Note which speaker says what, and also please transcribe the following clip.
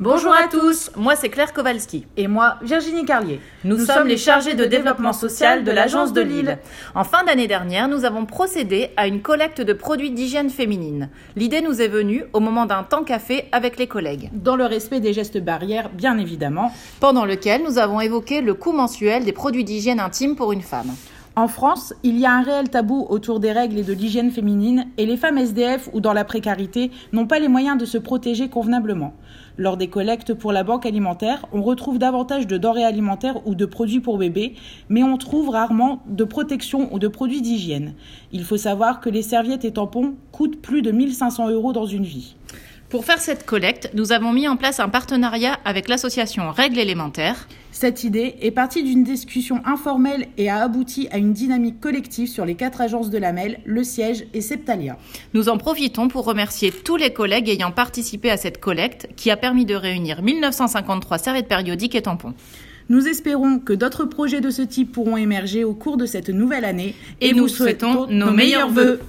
Speaker 1: Bonjour à tous, moi c'est Claire Kowalski.
Speaker 2: Et moi, Virginie Carlier.
Speaker 1: Nous, sommes les chargés de développement social de l'Agence de Lille. En fin d'année dernière, nous avons procédé à une collecte de produits d'hygiène féminine. L'idée nous est venue au moment d'un temps café avec les collègues,
Speaker 2: Dans le respect des gestes barrières, bien évidemment.
Speaker 1: pendant lequel nous avons évoqué le coût mensuel des produits d'hygiène intime pour une femme.
Speaker 2: En France, il y a un réel tabou autour des règles et de l'hygiène féminine, et les femmes SDF ou dans la précarité n'ont pas les moyens de se protéger convenablement. Lors des collectes pour la banque alimentaire, on retrouve davantage de denrées alimentaires ou de produits pour bébés, mais on trouve rarement de protection ou de produits d'hygiène. Il faut savoir que les serviettes et tampons coûtent plus de 1500 euros dans une vie.
Speaker 1: Pour faire cette collecte, nous avons mis en place un partenariat avec l'association Règles élémentaires
Speaker 2: Cette idée est partie d'une discussion informelle et a abouti à une dynamique collective sur les quatre agences de la MEL, le siège et Septalia.
Speaker 1: Nous en profitons pour remercier tous les collègues ayant participé à cette collecte qui a permis de réunir 1953 serviettes périodiques et tampons.
Speaker 2: Nous espérons que d'autres projets de ce type pourront émerger au cours de cette nouvelle année
Speaker 1: Et nous souhaitons nos meilleurs vœux.